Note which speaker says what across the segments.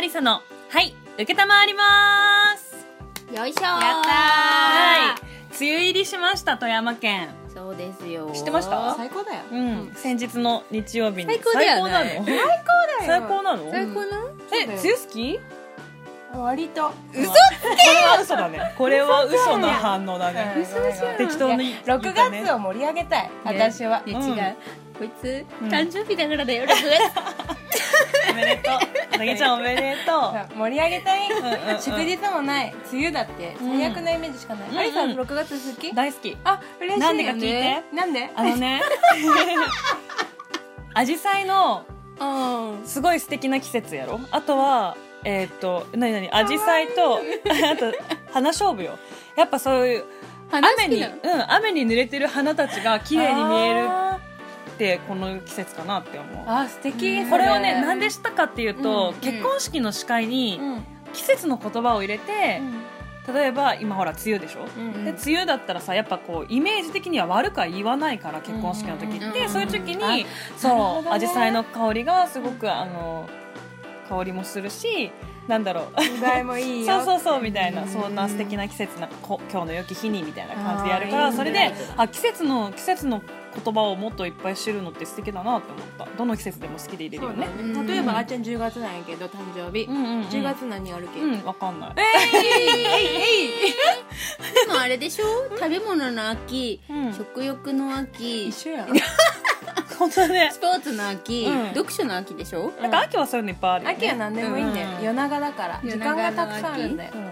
Speaker 1: りさの、はい、受けたまわります
Speaker 2: よいしょー
Speaker 3: やったー
Speaker 1: はい。梅雨入りしました、富山県。
Speaker 2: そうですよー
Speaker 1: 知ってました
Speaker 3: 最高だよ
Speaker 1: うん。先日の日曜日に。
Speaker 2: 最高だよ
Speaker 1: 最
Speaker 2: ね
Speaker 1: 高なの最高なの
Speaker 2: 最高な、
Speaker 1: え、梅雨好き
Speaker 3: 割と
Speaker 1: 嘘つけこれは嘘だね。これは嘘の反応だね。
Speaker 2: 嘘じゃん
Speaker 1: 適当に。
Speaker 3: 6月を盛り上げたい私は
Speaker 2: ね、
Speaker 1: うん
Speaker 2: 違うこいつ、
Speaker 1: うん
Speaker 2: 誕生日だからだよ6月
Speaker 1: おめでとう。なげちゃんおめでとう。
Speaker 3: 盛り上げたい
Speaker 1: んうん
Speaker 3: 祝日もない梅雨だって
Speaker 1: うん
Speaker 3: 最悪なイメージしかない
Speaker 1: うん
Speaker 3: ありさん6月好き
Speaker 1: 大好き。
Speaker 3: あ嬉しい
Speaker 1: なんでか聞いて
Speaker 3: なんで
Speaker 1: あのね、アジサイの
Speaker 2: うん
Speaker 1: すごい素敵な季節やろ。あとは、えーっと、なになに、アジサイと、あと、花勝負よ。やっぱそういう、雨に、うん、雨に濡れてる花たちが綺麗に見える
Speaker 3: あ
Speaker 1: って、この季節かなって思う
Speaker 3: ー。あー素敵
Speaker 2: うん
Speaker 1: これを
Speaker 2: そ
Speaker 1: ね、
Speaker 2: れ
Speaker 1: なんで知ったかっていうと、
Speaker 2: うん
Speaker 1: 結婚式の司会に
Speaker 3: うん
Speaker 1: 季節の言葉を入れて、例えば今ほら梅雨でしょ、
Speaker 3: うん
Speaker 1: で梅雨だったらさやっぱこうイメージ的には悪くは言わないから結婚式の時って、
Speaker 2: うんうんうん
Speaker 1: そういう時
Speaker 3: あ
Speaker 1: に
Speaker 3: なるほ
Speaker 1: そ
Speaker 3: ど
Speaker 1: う
Speaker 3: ね
Speaker 1: アジサイの香りがすごくあの香りもするしなんだろう
Speaker 3: うがいもいいよ
Speaker 1: そうそうそうみたいな、
Speaker 3: うん
Speaker 1: そんな素敵な季節なこ今日の良き日にみたいな感じでやるか
Speaker 3: あ
Speaker 1: ら
Speaker 3: ーいいね
Speaker 1: それであ季節の季節の言葉をもっといっぱい知るのって素敵だなって思ったどの季節でも好きでいれる
Speaker 3: そ
Speaker 1: よ
Speaker 3: う
Speaker 1: ね
Speaker 3: ね
Speaker 2: うん
Speaker 3: 例えばあーちゃん10月なんやけど誕生日
Speaker 1: うんうんうん
Speaker 3: 10月何やるけ
Speaker 1: うんわかんない
Speaker 2: でもあれでしょ食べ物の秋、
Speaker 1: うん
Speaker 2: 食欲の秋
Speaker 3: 一緒やん
Speaker 1: 本当だね
Speaker 2: スポーツの秋、
Speaker 1: うん
Speaker 2: 読書の秋でしょ
Speaker 1: なんか秋はそういうのいっぱいあるよね
Speaker 3: 秋は何でもいいんだよ
Speaker 1: うん
Speaker 3: 夜長だから時間がたくさんあるんだよ
Speaker 1: そう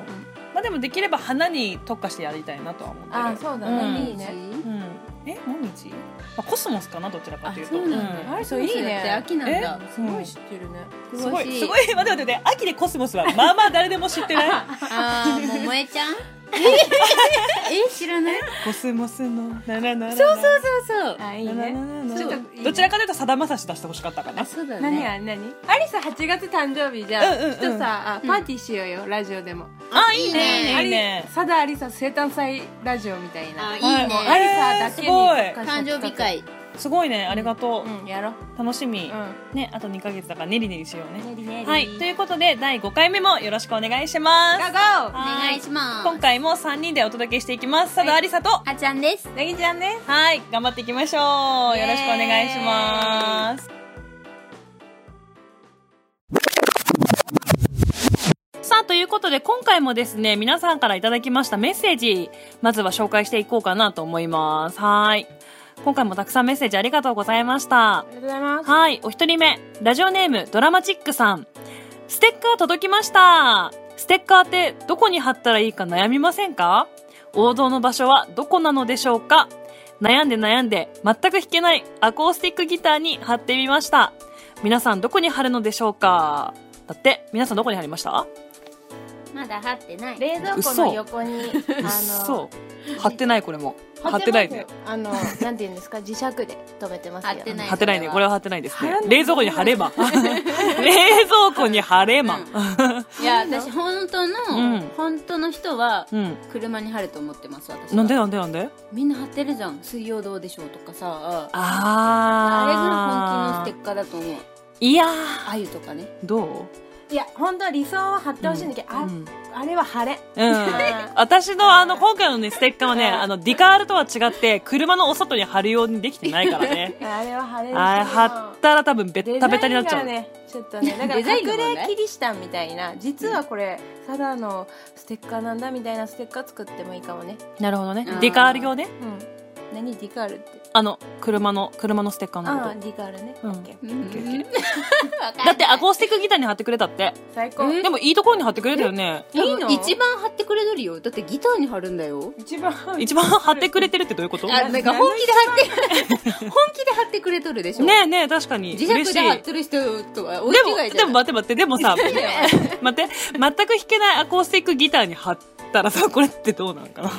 Speaker 1: まあでもできれば花に特化してやりたいなとは思ってる
Speaker 3: あーそうだ
Speaker 1: うん
Speaker 3: ねいいね
Speaker 1: うんえもみじ、まあ、コスモスかなどちらかというと
Speaker 2: あそうなんだ
Speaker 3: あれそういい
Speaker 2: だって
Speaker 3: ね
Speaker 2: 秋なんだ
Speaker 1: え
Speaker 3: すごい知ってるね
Speaker 1: うんすご
Speaker 2: 詳し
Speaker 1: いすごい待って待って待って秋でコスモスはまあまあ誰でも知ってない
Speaker 2: ああももえち ゃんえ知らない
Speaker 1: コスモスのなななな
Speaker 2: そうそうそうそう
Speaker 3: あい
Speaker 1: い
Speaker 3: いねちょっといいね
Speaker 1: どちらかというとさだまさし出してほしかったかな
Speaker 2: あそうだ
Speaker 3: 何
Speaker 2: ね
Speaker 3: や何アリサ8月誕生日じゃん
Speaker 1: うんうんうん
Speaker 3: ちょっとさあパーティーしようよラジオでも
Speaker 1: あいい
Speaker 2: ね
Speaker 1: いいね
Speaker 3: アリサだアリサ生誕祭ラジオみたいな
Speaker 2: あいい
Speaker 1: は
Speaker 2: ね
Speaker 1: もう
Speaker 3: アリサだけ
Speaker 1: えーす
Speaker 3: に
Speaker 1: ごい
Speaker 2: 誕生日会
Speaker 1: すごいねありがとう、
Speaker 3: うんやろう
Speaker 1: 楽しみ、
Speaker 3: う
Speaker 1: ねあと2ヶ月だからねりねりしようね
Speaker 3: んリネ
Speaker 1: はいということで第5回目もよろしくお願いします
Speaker 3: ゴーゴ
Speaker 2: お
Speaker 1: は
Speaker 2: 願いします
Speaker 1: 今回も3人でお届けしていきます佐
Speaker 3: は
Speaker 1: 藤
Speaker 3: い
Speaker 1: ありさと
Speaker 2: あちゃんです
Speaker 3: ーなぎちゃんね
Speaker 1: はい、頑張っていきましょう。
Speaker 3: イエーイ
Speaker 1: よろしくお願いします。さあ、ということで、今回もですね、皆さんからいただきましたメッセージ、まずは紹介していこうかなと思います。はい。今回もたくさんメッセージありがとうございました
Speaker 3: あ。りがとうございます
Speaker 1: はい、お一人目、ラジオネーム、ドラマチックさん。ステッカー届きましたステッカーってどこに貼ったらいいか悩みませんか王道の場所はどこなのでしょうか悩んで悩んで、全く弾けないアコースティックギターに貼ってみました。皆さんどこに貼るのでしょうかだって、皆さんどこに貼りました
Speaker 2: まだ貼ってない
Speaker 3: 冷蔵庫の横に
Speaker 1: うっ
Speaker 3: あの
Speaker 1: そ貼ってないこれも。貼ってないで。
Speaker 3: あのなんていうんですか磁石で止めてますよ
Speaker 2: 貼ってない
Speaker 1: 貼ってないね。これは貼ってないですね
Speaker 3: 貼らな。い
Speaker 1: 冷蔵庫に貼れ ば。冷蔵庫に貼れば。
Speaker 2: いや私本当の、
Speaker 1: うん
Speaker 2: 本当の人は
Speaker 1: うん。
Speaker 2: 車に貼ると思ってます私は
Speaker 1: なんでなんでなんで
Speaker 2: みんな貼ってるじゃん「水曜どうでしょう」とかさあれ
Speaker 1: あ
Speaker 2: が本気のステッカーだと思う
Speaker 1: いや
Speaker 2: あゆとかね
Speaker 1: ーど
Speaker 3: いや本当は理想は貼ってほしいんだけど
Speaker 1: う、
Speaker 3: あ
Speaker 1: うん
Speaker 3: あれは晴れ
Speaker 1: うん、私のあの今回の、ね、ステッカーはねあのディカールとは違って車のお外に貼るようにできてないから ね
Speaker 3: あれは晴れ
Speaker 1: あれ貼ったら多分ベ
Speaker 3: デ
Speaker 1: ッタ
Speaker 3: ザ
Speaker 1: ベ
Speaker 3: イン
Speaker 1: タになっちゃ
Speaker 3: が
Speaker 1: う、
Speaker 3: ねちょっ とねだから
Speaker 2: デザインの
Speaker 3: 隠
Speaker 2: 問題
Speaker 3: れキリシタンみたいな実はこれただのステッカーなんだみたいなステッカー作ってもいいかもね
Speaker 1: なるほどね
Speaker 2: あー
Speaker 1: ディカール用ね
Speaker 3: うん何ディカールって
Speaker 1: あの車の車のステッカーの
Speaker 3: ああ
Speaker 1: こ
Speaker 3: ディカールね、
Speaker 1: うん
Speaker 3: オッケー
Speaker 2: うんわかんな
Speaker 1: と
Speaker 2: い
Speaker 1: だってアコースティックギターに貼ってくれたって
Speaker 3: 最高
Speaker 2: え
Speaker 1: でもいいところに貼ってくれたよね
Speaker 3: いいの
Speaker 2: 一番貼ってくれてるよだってギターに貼るんだよ
Speaker 3: 一番
Speaker 1: 一番貼ってくれてるってどういうこと
Speaker 2: あ
Speaker 1: ね
Speaker 2: なんか本気で貼って本気で貼ってくれとるでしょ
Speaker 1: えねえ確かに
Speaker 2: 磁
Speaker 1: 嬉し
Speaker 2: 石
Speaker 1: い
Speaker 2: で貼ってる人とは大
Speaker 1: で
Speaker 2: 違い
Speaker 1: も、
Speaker 2: じ
Speaker 1: で
Speaker 2: ゃ
Speaker 1: も
Speaker 2: ない
Speaker 1: 待って待って、でもさ、待って、全く弾けないアコースティックギターに貼ったらさ、これってどうなんかな。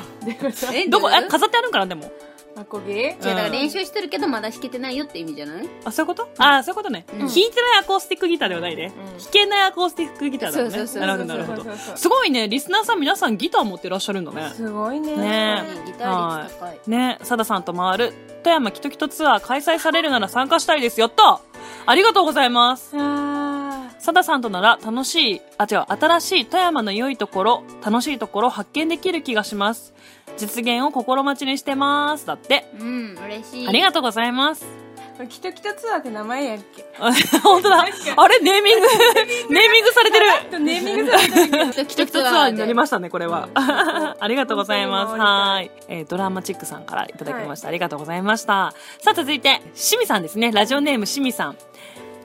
Speaker 2: え
Speaker 1: どこ、
Speaker 2: うい
Speaker 1: え、
Speaker 2: う
Speaker 1: 飾ってあるんかな、でも。
Speaker 3: アコギ
Speaker 2: じゃあだから練習してるけどまだ弾けてないよって意味じゃない
Speaker 1: あ、そういうことあー、そういうことね。
Speaker 2: うん
Speaker 1: 弾いてないアコースティックギターではないね。
Speaker 3: うん
Speaker 1: 弾けないアコースティックギターだもん
Speaker 2: そう
Speaker 1: ね。
Speaker 2: そうそ
Speaker 1: な
Speaker 2: う
Speaker 1: るほど、なるほ
Speaker 3: そうそうそうそ
Speaker 1: ど。
Speaker 3: う
Speaker 1: すごいね、リスナーさん皆さんギター持ってらっしゃるんだね。
Speaker 3: すごいね
Speaker 1: ね
Speaker 2: うんギター率高い
Speaker 1: ねえ、サダさんと回る富山キトキトツアー開催されるなら参加したいです。やったありがとうございます。
Speaker 3: あ
Speaker 1: サダさんとなら楽しい、あ、違う、新しい富山の良いところ、楽しいところを発見できる気がします。実現を心待ちにしてます。だって。
Speaker 2: うん、嬉しい。
Speaker 1: ありが
Speaker 2: と
Speaker 1: とうございます。
Speaker 3: これキトキトツアーって名前やっけ
Speaker 1: 本当だ。あれ ネーミング、ネーミングされてる。
Speaker 3: ネーミングされてる
Speaker 2: う。一
Speaker 1: 一つツアーになりましたね、これは。
Speaker 3: は
Speaker 1: ありがとうございます。
Speaker 3: 本当に
Speaker 1: はーい。えードラマチックさんからいただきました。ありがとうございました。さあ、続いて、しみさんですね。ラジオネームしみさん。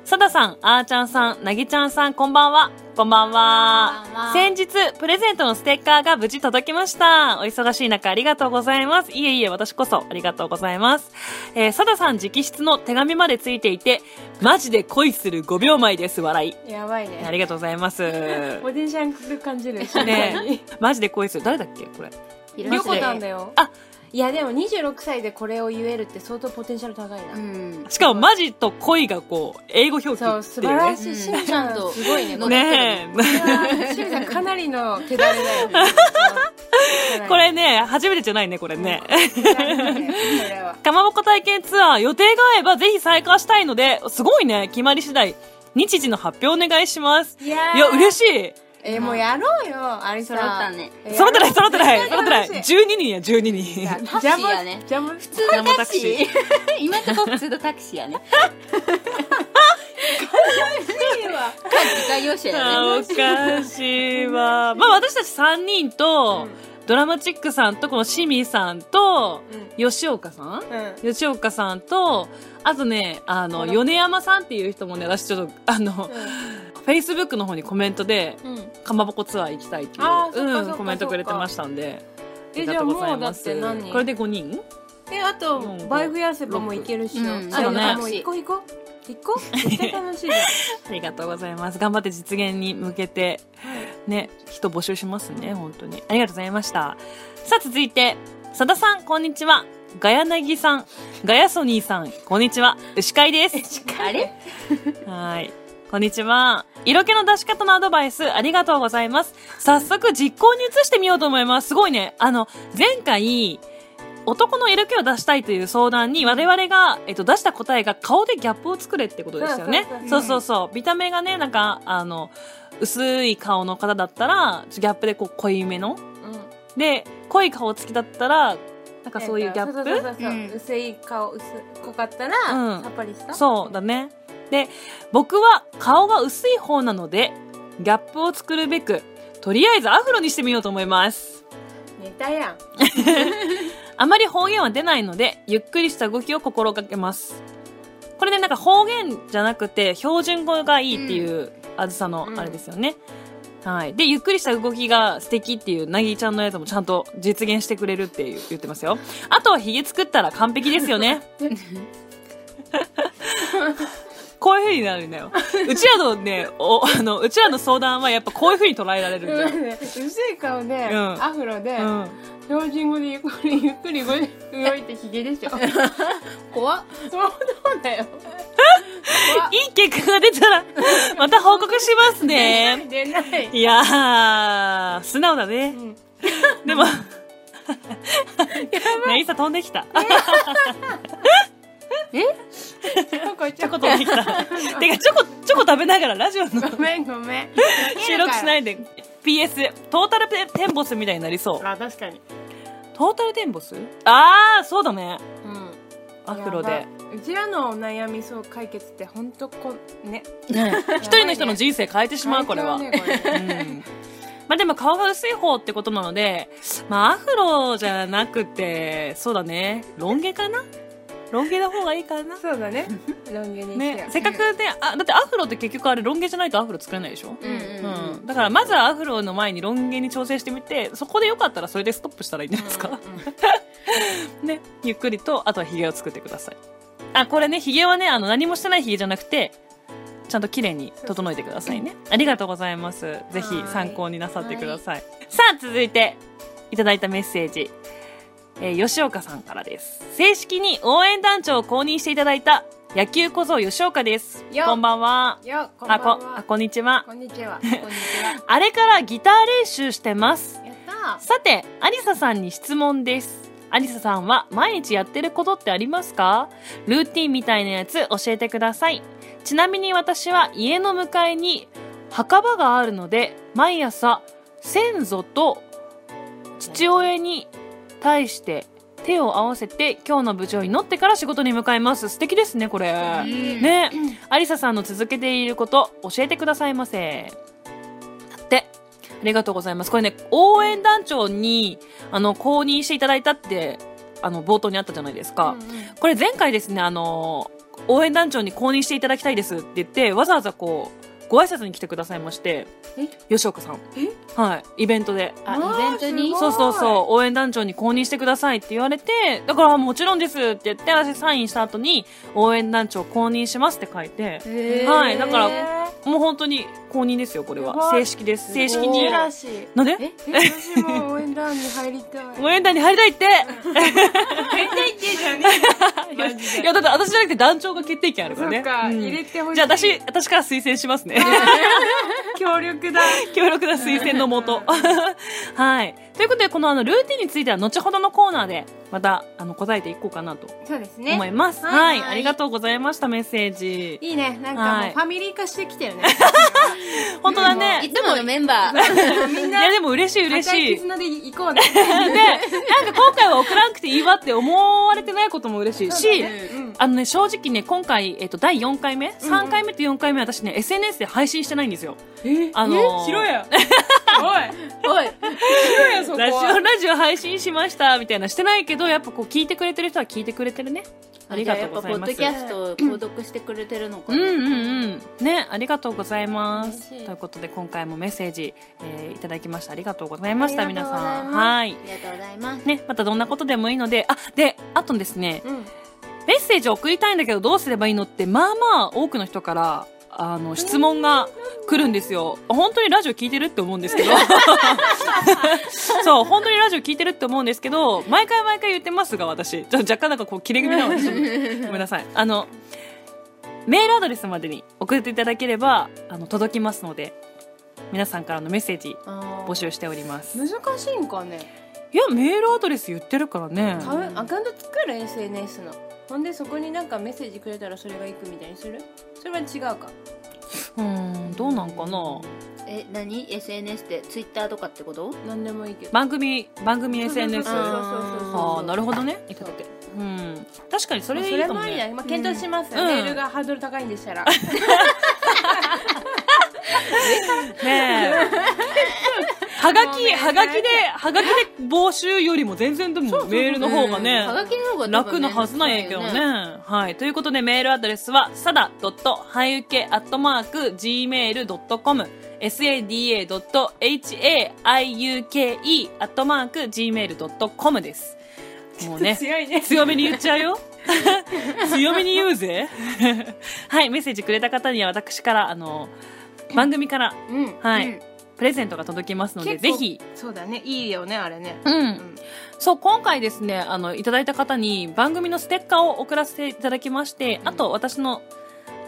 Speaker 1: さださん、あーちゃんさん、なぎちゃんさん、こんばんは。こんばんは
Speaker 2: こんばん。は
Speaker 1: 先日、プレゼントのステッカーが無事届きました。お忙しい中、ありがとうございます。いえいえ、私こそ、ありがとうございます。えー、さださん直筆の手紙までついていて、マジで恋する5秒前です、笑い。
Speaker 3: やばい
Speaker 1: あ
Speaker 3: ね
Speaker 1: りがとうございます。
Speaker 3: ポテンシャル感じる
Speaker 1: ねマジで恋する。誰だっけこれ。
Speaker 2: り
Speaker 3: りょこたんだ
Speaker 2: よ。
Speaker 3: よ
Speaker 1: あ
Speaker 3: いやでも26歳でこれを言えるって相当ポテンシャル高いな、
Speaker 2: うん。
Speaker 1: しかもマジと恋がこう、英語表記って
Speaker 3: そう素晴
Speaker 1: いう
Speaker 3: ら
Speaker 1: ね。
Speaker 3: しい、
Speaker 2: うん
Speaker 3: しみさん
Speaker 2: ちゃんと
Speaker 3: すごいね
Speaker 2: の
Speaker 3: これ
Speaker 1: ねえ。
Speaker 3: はしみさんかなりの気だれだよ
Speaker 1: これね、初めてじゃないね、これね。
Speaker 3: 気だれだねこれは
Speaker 1: かまぼこ体験ツアー予定が合えばぜひ参加したいので、すごいね、決まり次第、日時の発表お願いします。
Speaker 3: いや
Speaker 1: いや、嬉
Speaker 3: しい
Speaker 1: しい。
Speaker 3: えーもうやろうよあれさ
Speaker 2: 揃ったね。
Speaker 1: 揃ってない、揃ってない、
Speaker 3: や
Speaker 1: 揃ってない。12人や、12
Speaker 3: い
Speaker 1: 人
Speaker 3: や。
Speaker 2: タク
Speaker 3: ジャ
Speaker 2: シ
Speaker 3: ム
Speaker 2: ーやね
Speaker 3: ジャム
Speaker 2: 普通のタクシー。今んとこ普通のタクシーやね。か自家用車やね。
Speaker 1: おかしいわ。 まあ私たち3人と、ドラマチックさんと、このシミさんと、吉岡さん
Speaker 3: うん、うん
Speaker 1: 吉岡さんと、あとね、あ
Speaker 3: あ
Speaker 1: の、
Speaker 3: ら
Speaker 1: 米山さんっていう人もね、私ちょっと、あの、Facebook の方にコメントで、
Speaker 3: うんうん、
Speaker 1: かまぼこツアー行きたいってい
Speaker 3: あーそっか
Speaker 1: う、
Speaker 3: そっ
Speaker 1: うん、
Speaker 3: か
Speaker 1: コメントくれてましたんで。あ
Speaker 3: え
Speaker 1: りが
Speaker 3: じゃ
Speaker 1: と
Speaker 3: あ
Speaker 1: うござい
Speaker 3: も
Speaker 1: う
Speaker 3: だ
Speaker 1: ま
Speaker 3: っ
Speaker 1: す
Speaker 3: て何人
Speaker 1: これで5人
Speaker 3: えあと
Speaker 1: うん
Speaker 3: 倍増やせばもういけるしな、
Speaker 2: うん
Speaker 3: あ
Speaker 1: そうだね
Speaker 3: もう一個一個一個 絶対楽しいじゃん
Speaker 1: ありがとうございます。頑張って実現に向けて、ね、人募集しますね、本当に。ありがとうございました。さあ、続いて、さださん、こんにちは。ガヤナギさん、ガヤソニーさん、こんにちは。牛飼いです。
Speaker 2: あれ
Speaker 1: はい。こんにちは。色気の出し方のアドバイスありがとうございます。早速実行に移してみようと思います。すごいね。あの、前回、男の色気を出したいという相談に我々が、えっと、出した答えが顔でギャップを作れってことですよね
Speaker 3: そうそうそうう。ん
Speaker 1: そうそうそう。見た目がね、なんか、あの、薄い顔の方だったら、ギャップでこう濃いめの。で、濃い顔つきだったら、なんかそういうギャップ
Speaker 3: そうそうそうそう
Speaker 2: うん
Speaker 3: 薄い顔薄濃かったら、
Speaker 1: うん
Speaker 3: さっぱりした
Speaker 1: そうだね。で、僕は顔が薄い方なので、ギャップを作るべく、とりあえずアフロにしてみようと思います。
Speaker 3: ネタやん
Speaker 1: あまり方言は出ないので、ゆっくりした動きを心がけます。これね、なんか方言じゃなくて、標準語がいいっていう、あずさの
Speaker 3: うん
Speaker 1: あれですよね。はい。で、ゆっくりした動きが素敵っていう、なぎちゃんのやつもちゃんと実現してくれるっていう言ってますよ。あとはヒゲ作ったら完璧ですよね。こういう風になるんだよ。うちらのね、お、あの、うちらの相談はやっぱこういう風に捉えられるんだよ。
Speaker 3: 薄い顔で、
Speaker 1: ん
Speaker 3: アフロで、
Speaker 1: うん。
Speaker 3: 標準語でゆっくりゆっくり動い動いてヒゲ でしょそう
Speaker 2: 怖っ。
Speaker 3: そうだよ
Speaker 1: いい結果が出たら、また報告しますね。
Speaker 3: 出ない
Speaker 1: いやー、素直だね。
Speaker 3: ん
Speaker 1: でも、なぎさ飛んできた。
Speaker 3: なんかち
Speaker 1: チ
Speaker 3: ょ
Speaker 1: ョコ
Speaker 3: こ
Speaker 1: 飛んでき た。てか、チョコ、チョコ食べながらラジオの
Speaker 3: ごめんごめん
Speaker 1: 収録しないいで。PS、トータルテンボスみたいになりそう。
Speaker 3: あ確かに
Speaker 1: トータルテンボスあー、そうだね。
Speaker 3: うん
Speaker 1: アフロ
Speaker 3: や
Speaker 1: で。
Speaker 3: ばいうちらのお悩みそう解決って本当こね
Speaker 1: 一人の人の人生変えてしまう、これは。
Speaker 3: 環境 ねこれね
Speaker 1: うんまあでも顔が薄い方ってことなので、まあアフロじゃなくて、そうだね、ロン毛かなロン毛の方がいいかな
Speaker 3: そうだねロン毛にして
Speaker 1: ね、せっかくね、あ、だってアフロって結局あれロン毛じゃないとアフロ作れないでしょ
Speaker 2: うんうん
Speaker 1: う
Speaker 2: うん
Speaker 1: ん。だからまずはアフロの前にロン毛に調整してみて、そこでよかったらそれでストップしたらいいんじゃないですか、 ね、ゆっくりと、あとはヒゲを作ってください。あ、これね、ヒゲはね、あの、何もしてないヒゲじゃなくて、ちゃんと綺麗に整えてくださいね。ありがとうございます。ぜひ参考になさってください。さあ、続いて、いただいたメッセージ。えー吉岡さんからです。正式に応援団長を公認していただいた、野球小僧吉岡です。
Speaker 3: よ
Speaker 1: こんばんは。
Speaker 3: よこんば
Speaker 1: あ、
Speaker 3: んは
Speaker 1: こ、あ、こんにちは
Speaker 3: こ。んにち は
Speaker 2: こんにちは。
Speaker 1: あれからギター練習してます。
Speaker 3: やった
Speaker 1: さて、アリサさんに質問です。アリサさんは毎日やってることってありますかルーティンみたいなやつ教えてください。ちなみに私は家の向かいに墓場があるので、毎朝先祖と父親に対して手を合わせて今日の部長に乗ってから仕事に向かいます。素敵ですね、これ。
Speaker 2: うん
Speaker 1: ね、アリサさんの続けていること教えてくださいませ。だって。ありがとうございます。これね、応援団長に、あの、公認していただいたって、あの、冒頭にあったじゃないですか。これ前回ですね、あの、応援団長に公認していただきたいですって言って、わざわざこう、ご挨拶に来てくださいまして、吉岡さん。はい、イベントで。
Speaker 2: あ
Speaker 3: わあ
Speaker 2: イベントに
Speaker 3: すごい
Speaker 1: そうそうそう、応援団長に公認してくださいって言われて、だからもちろんですって言って、私サインした後に、応援団長公認しますって書いて、
Speaker 2: へー
Speaker 1: はいだから
Speaker 3: ら
Speaker 1: もう本当に公認ですよ、これ
Speaker 3: やば
Speaker 1: は。正
Speaker 3: い
Speaker 1: 式です。正式に。
Speaker 3: ら
Speaker 1: な
Speaker 3: しい
Speaker 1: んで
Speaker 2: え
Speaker 3: 私も応援団に入りたい
Speaker 1: 応援団に入りたいって
Speaker 2: 入りたいってじゃねマジで
Speaker 1: いや、だって私じゃなくて団長が決定権あるか
Speaker 3: そ
Speaker 1: ら
Speaker 3: っ
Speaker 1: ね。
Speaker 3: か、
Speaker 1: うん
Speaker 3: 入れてほしい
Speaker 1: じゃあ私、私から推薦しますね。
Speaker 3: 協力だ
Speaker 1: 強力な推薦のもと。 はい。ということで、このあの、ルーティンについては後ほどのコーナーで、また、あの、答えていこうかなと
Speaker 3: そうですね
Speaker 1: 思います。
Speaker 3: はい
Speaker 1: はい、
Speaker 3: はい
Speaker 1: ありがとうございました、メッセージ。
Speaker 3: いいねなんか
Speaker 1: は
Speaker 3: も
Speaker 1: いう
Speaker 3: ファミリー化して きてるね
Speaker 1: 本当だ
Speaker 2: い
Speaker 1: ね。
Speaker 2: つものメンバー
Speaker 3: み
Speaker 1: い
Speaker 3: んな
Speaker 1: や、でも嬉しい嬉
Speaker 3: 固い
Speaker 1: しい。ね、
Speaker 3: 絆で行こ うね
Speaker 1: なんか今回は送らなくていいわって思われてないことも嬉しいし、
Speaker 3: うん
Speaker 1: あのね、正直ね、今回、えっと、第4回目 ?3 回目と4回目、私ね、SNS で配信してないんですよ。
Speaker 3: え
Speaker 1: あのー
Speaker 3: しろやおい
Speaker 2: おい
Speaker 3: しろやそこ
Speaker 1: ラジオ、ラジオ配信しました、みたいなしてないけど、やっぱこう、聞いてくれてる人は聞いてくれてるね。ありがとうございます。
Speaker 2: じゃあやっぱポッドキャストを購読してくれてるのか
Speaker 1: う
Speaker 2: なん
Speaker 1: うんうん。ね、ありがとうございます。と
Speaker 2: 嬉しい
Speaker 1: いうことで、今回もメッセージ、えーいただきました。ありがとうございました、
Speaker 3: ありが
Speaker 1: 皆
Speaker 3: とうございます
Speaker 1: さん。はい。
Speaker 2: ありがとうございます
Speaker 1: ね、またどんなことでもいいので、あ、で、あとですね、
Speaker 3: うん
Speaker 1: メッセージを送りたいんだけどどうすればいいのってまあまあ多くの人からあの質問が来るんですよ本当にラジオ聞いてるって思うんです けどそう本当にラジオ聞いてるって思うんですけど毎回毎回言ってますが私ちょ若干なんかこう切れ気味なの私 ごめんなさいあのメールアドレスまでに送っていただければあの届きますので皆さんからのメッセージ募
Speaker 3: 募
Speaker 1: 集しております
Speaker 3: 難しいんかね
Speaker 1: いやメールアドレス言ってるからね
Speaker 3: 買うアカウント作る SNS のほんでそこになんかメッセージくれたらそれがいくみたいにするそれは違うか
Speaker 1: うんどうなんかな
Speaker 2: え何 SNS ってツイッターとかってこと
Speaker 3: なんでもいいけど
Speaker 1: 番組番組 SNS
Speaker 3: そうそうそうそうそう
Speaker 1: ああなるほどね
Speaker 3: そう
Speaker 1: うん確かにそ
Speaker 3: そ
Speaker 1: れ
Speaker 3: れ
Speaker 1: い
Speaker 3: そ
Speaker 1: い
Speaker 3: れ
Speaker 1: かも
Speaker 3: もいい
Speaker 1: ね
Speaker 3: ね、まあ、検討します、
Speaker 1: うん
Speaker 3: メールがハードル高いんでしたら
Speaker 1: ねえはがきはがきではがきで募集よりも全然でもメールの方が
Speaker 2: うんはが
Speaker 1: ね
Speaker 2: きの方が多分
Speaker 1: 楽なはずなんやけどねはいということでメールアドレスはさだはいうけ @gmail.com sada.haiuke.gmail.com ですも うね
Speaker 3: 強いね
Speaker 1: 強めに言っちゃうよ強めに言うぜはいメッセージくれた方には私からあの番組から
Speaker 3: うん
Speaker 1: はい、
Speaker 2: うん
Speaker 1: プレゼントが届きますので
Speaker 3: 結構
Speaker 1: ぜひ
Speaker 3: そうだねいいよねあれね
Speaker 1: うんそう今回ですねあのいただいた方に番組のステッカーを送らせていただきまして、
Speaker 3: うん
Speaker 1: あと私の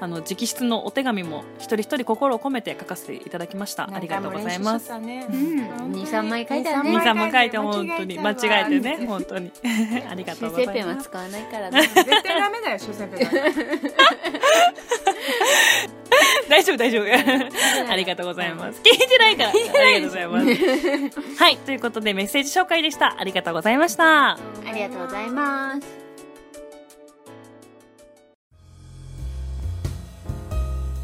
Speaker 1: あの直筆のお手紙も一人一人心を込めて書かせていただきましたありがとうございます
Speaker 2: うん二三枚書いたね
Speaker 1: 二
Speaker 2: 二
Speaker 1: 三枚書いて本当に間違えてね
Speaker 3: もう
Speaker 1: 本当に ありがと
Speaker 2: 先
Speaker 1: うございま
Speaker 2: 生
Speaker 1: す
Speaker 2: ペンは使わないからね
Speaker 3: 絶対ダメだよ修正ペ ン
Speaker 1: 大丈夫 大丈夫ありがとうございます聞いてないからありがとうございます はいということでメッセージ紹介でしたありがとうございました
Speaker 2: ありがとうございます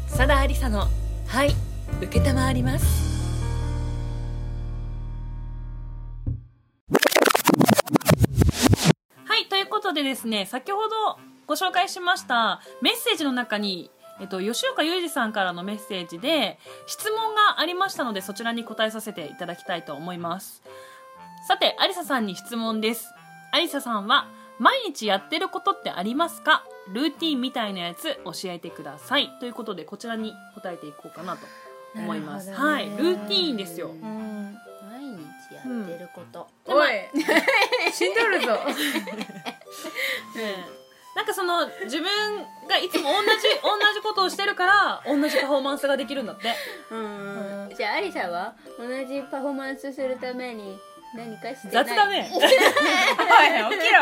Speaker 1: さだありさのはい受けたまわりますはいということでですね先ほどご紹介しましたメッセージの中にえっと、吉岡裕二さんからのメッセージで質問がありましたのでそちらに答えさせていただきたいと思いますさてありささんに質問ですありささんは毎日やってることってありますかルーティンみたいなやつ教えてくださいということでこちらに答えていこうかなと思います、
Speaker 3: なるほどね
Speaker 1: はいルーティンですよ
Speaker 3: うん
Speaker 2: 毎日やってること、
Speaker 3: おい 死んどるぞ
Speaker 1: なんかその自分がいつも同じ同じことをしてるから同じパフォーマンスができるんだって
Speaker 2: うんじゃあアリサは同じパフォーマンスするために何かしてない
Speaker 1: 雑だね
Speaker 3: おい起きろ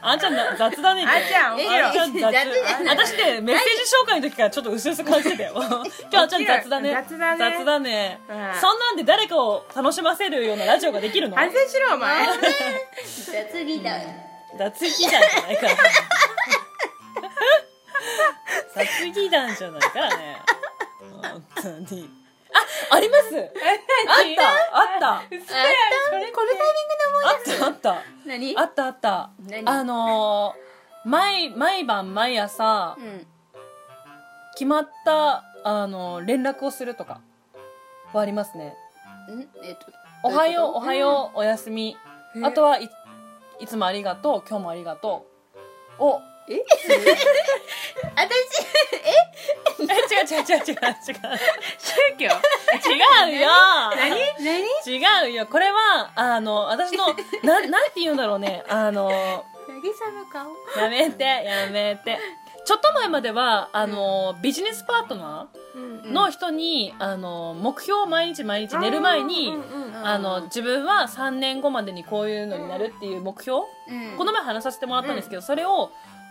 Speaker 1: あんちゃんな雑だね今日
Speaker 3: あんちゃん起きろ
Speaker 1: あんちゃん雑
Speaker 2: 雑だね
Speaker 1: 私ねメッセージ紹介の時からちょっと薄々感じてた よ今日あんちゃん雑だね
Speaker 3: 雑だね
Speaker 1: 雑だねそ
Speaker 3: うん
Speaker 1: んなんで誰かを楽しませるようなラジオができるの
Speaker 3: 反省しろお前
Speaker 2: 雑技だ
Speaker 1: 雑技団じゃないからね雑技団じゃないからね本当にあありますあったあった
Speaker 2: あったこのタイミングのも
Speaker 1: あったあった
Speaker 2: 何
Speaker 1: あったあった
Speaker 2: 何
Speaker 1: あのー毎毎晩毎朝
Speaker 2: うん
Speaker 1: 決まったあのー連絡をするとかはありますね
Speaker 2: んえっと
Speaker 1: おはようお
Speaker 2: ど
Speaker 1: はようおやすみ
Speaker 3: うん
Speaker 1: あとはいいつもありがとう今日もありがとうを
Speaker 2: ういうことえ私
Speaker 1: え違う違う違う違う違
Speaker 3: 宗教
Speaker 1: う違うよ
Speaker 3: 何何
Speaker 1: 違うよこれはあの私のななんて言うんだろうねあの
Speaker 2: 渚の顔
Speaker 1: やめてやめてちょっと前まではあの、ビジネスパートナーの人に、あの目標を毎日毎日寝る前に、あの自分は3年後までにこういうのになるっていう目標、
Speaker 2: うん
Speaker 1: この前話させてもらったんですけど、それを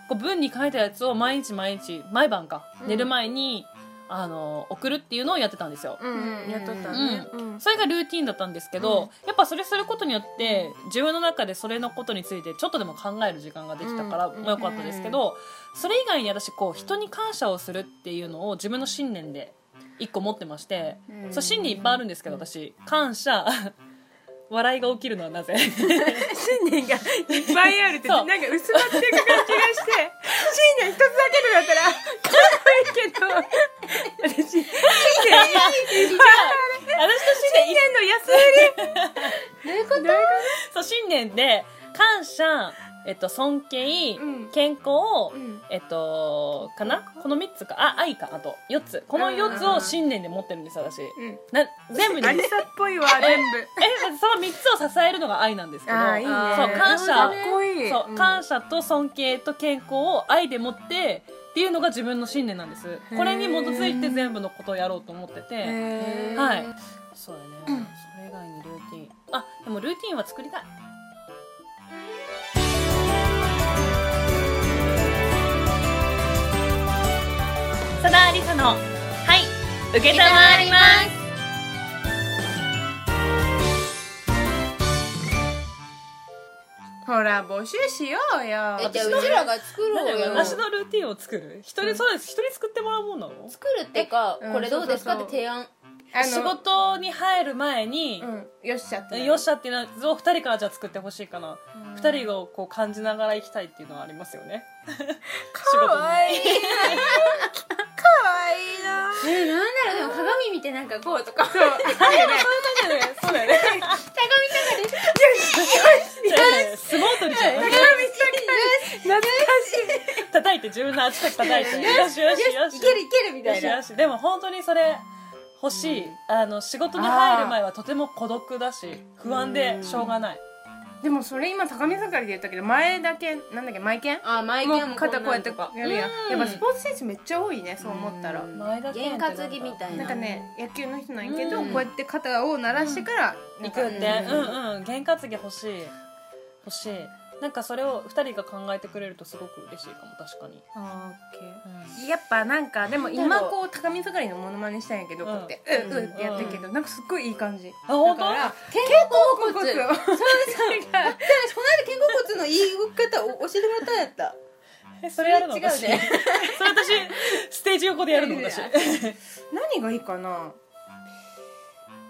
Speaker 1: こう文に書いたやつを毎日毎日毎晩か、
Speaker 3: うん
Speaker 1: 寝る前にあの送るっていうのをやってたんですよ、
Speaker 3: うんうんやっとったねうん
Speaker 1: それがルーティンだったんですけど、やっぱそれすることによって自分の中でそれのことについてちょっとでも考える時間ができたから
Speaker 3: うん
Speaker 1: も良かったですけど、それ以外に私こう人に感謝をするっていうのを自分の信念で一個持ってまして、
Speaker 2: うん
Speaker 1: そう信念いっぱいあるんですけど私感謝笑いが起きるのはなぜ
Speaker 3: 信念がいっぱいあるって
Speaker 1: そ
Speaker 3: な
Speaker 1: うん
Speaker 3: か薄まっていく感じがして 信念一つだけとかだったらかっこいいけど私信念いっぱいある
Speaker 1: 私の信
Speaker 3: 信
Speaker 1: 念
Speaker 3: 念の安売り
Speaker 2: どういうこ
Speaker 1: そ
Speaker 2: と
Speaker 1: う信念で感謝、えっと、尊敬、
Speaker 3: うん
Speaker 1: 健康、
Speaker 3: ん
Speaker 1: えっとかなこの3つかあ愛かあと4つこの4つを信念で持ってるんです私
Speaker 3: うん
Speaker 1: な全部に
Speaker 3: あり
Speaker 1: え
Speaker 3: さっぽいわ全部
Speaker 1: その3つを支えるのが愛なんですけど
Speaker 3: あーいいね
Speaker 1: そう感謝
Speaker 3: かっこいい
Speaker 1: そう感謝と尊敬と健康を愛で持ってっていうのが自分の信念なんですこれに基づいて全部のことをやろうと思ってて
Speaker 3: へー
Speaker 1: はいそうだね、それ以外にルーティンあでもルーティンは作りたいさだありさのはい受けたまります
Speaker 3: ほら募集しよう
Speaker 2: え
Speaker 3: よ
Speaker 2: じゃあうちらが作ろ
Speaker 1: なんだ
Speaker 2: う
Speaker 1: よ
Speaker 2: よ
Speaker 1: 私のルーティンを作る一人そうです一人作ってもらうもんなの
Speaker 2: 作るってか
Speaker 3: うん
Speaker 2: これどうですか
Speaker 3: そ
Speaker 2: っ
Speaker 3: うそうそう
Speaker 2: て提案
Speaker 3: あの
Speaker 1: 仕事に入る前に、
Speaker 3: うんよっしゃって
Speaker 1: よっしゃっていうやつを二人からじゃあ作ってほしいかな二人をこう感じながら行きたいっていうのはありますよね仕
Speaker 3: か
Speaker 1: 事に
Speaker 3: わいい かわいいな
Speaker 2: えなんだろうでも鏡見てなんかこうとか
Speaker 3: そうだよね
Speaker 1: そういう感じだよねそうだよね
Speaker 2: 鏡の中で
Speaker 1: 相撲取りじゃん
Speaker 3: 高見さん懐かし
Speaker 1: 叩いて自分の足先叩いてよしよしよし
Speaker 2: いけるいけるみた
Speaker 1: よ
Speaker 2: い
Speaker 1: し
Speaker 2: な
Speaker 1: よしでも本当にそれ欲しい、あの仕事に入る前はとても孤独だし不安でしょうがない、
Speaker 3: い でもそれ今高見盛りで言ったけど前だけなんだっけ前剣
Speaker 2: あ前
Speaker 3: も
Speaker 2: 剣も
Speaker 3: う肩こうやって
Speaker 2: んなんとか
Speaker 3: やるやん
Speaker 1: うん
Speaker 3: やっぱスポーツ選手めっちゃ多いねそう思ったら
Speaker 2: うん
Speaker 1: 前だけ
Speaker 2: 験担ぎみたいな
Speaker 3: なんかね野球の人なんやけど
Speaker 1: うん
Speaker 3: こうやって肩を鳴らしてから
Speaker 1: 行
Speaker 3: 行
Speaker 1: くって
Speaker 2: なんか
Speaker 1: うんうん、験担ぎ欲しい欲しいなんかそれを2人が考えてくれるとすごく嬉しいかも確かに、
Speaker 3: あーオッケー
Speaker 1: うん
Speaker 3: やっぱなんかでも
Speaker 2: なんだろ
Speaker 3: 今
Speaker 2: う
Speaker 3: こう高見盛りのモノマネしたんやけど、
Speaker 1: うん
Speaker 3: こうやって
Speaker 2: う
Speaker 3: うんんうんってやったけど、なんかすっごいいい感じ
Speaker 1: あ本
Speaker 3: だから
Speaker 1: 当
Speaker 2: 肩甲骨
Speaker 3: 肩
Speaker 2: そう
Speaker 3: 甲骨を
Speaker 2: 私この間肩甲骨の言い動き方を教えてもらったんやった
Speaker 1: えそれやるの
Speaker 2: 違うね
Speaker 1: 私それ私ステージ横でやるの私
Speaker 2: いやい
Speaker 3: 何がいいかな
Speaker 2: う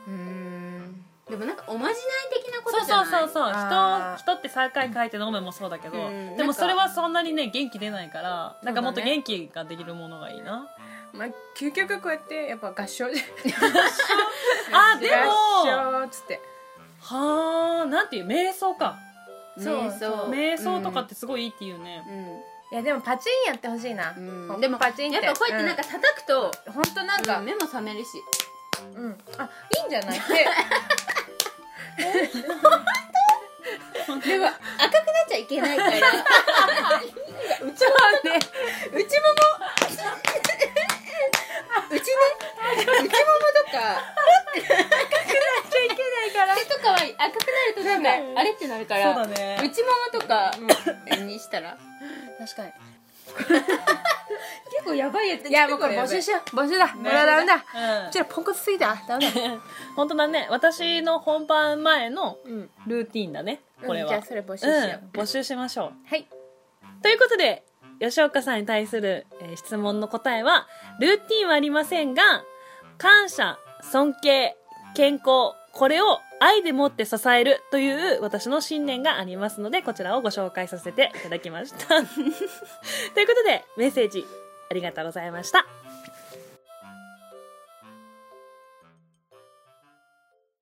Speaker 2: ーん でもなんかおまじない的なこ
Speaker 1: そう
Speaker 2: とじゃ
Speaker 1: そ
Speaker 2: な
Speaker 1: う
Speaker 2: い
Speaker 1: そうそう人
Speaker 3: あー
Speaker 1: 人って3回書いて飲むもそうだけど、
Speaker 2: うん
Speaker 1: で
Speaker 2: な
Speaker 1: も
Speaker 2: んか
Speaker 1: それはそんなにね元気出ないからなんかもっと
Speaker 3: そうだね
Speaker 1: 元気ができるものがいいな、
Speaker 3: まあ究極こうやってやっぱ合 唱合
Speaker 1: あでも
Speaker 3: 唱っつって
Speaker 1: はあなんていう瞑想か
Speaker 3: そう
Speaker 2: 瞑想
Speaker 1: 瞑想とかってすごいいいっていうね、
Speaker 3: いやでもパチンやってほしいな、
Speaker 2: うん
Speaker 3: こ
Speaker 2: でも
Speaker 3: パチン
Speaker 2: や
Speaker 3: っ
Speaker 2: ってぱこうやってなんか叩くと
Speaker 3: うんほんとなんか、
Speaker 2: 目も覚めるし
Speaker 3: うんあいいんじゃないって
Speaker 2: でも赤くなっちゃいけない からうちもねうちももうちねうちももとか赤くなっちゃいけないから手とかは赤くなっのがあれってなるか
Speaker 3: そう
Speaker 2: ら
Speaker 3: だね
Speaker 2: 内ももとかにしたら
Speaker 4: 確かに
Speaker 2: 結構やばいや つ
Speaker 4: いやもうこれ募集しよう募集だこれはダメだうちらポンコツすぎたダメだ
Speaker 1: 本当だね私の本番前の
Speaker 4: うん
Speaker 1: ルーティンだねこれ
Speaker 4: うん
Speaker 1: は、
Speaker 4: じゃあそれ募集しよう
Speaker 1: うん募集しましょう
Speaker 4: はい
Speaker 1: ということで吉岡さんに対する、えー質問の答えはルーティンはありませんが感謝尊敬健康これを愛でもって支えるという私の信念がありますのでこちらをご紹介 させていただきましたということでメッセージありがとうございました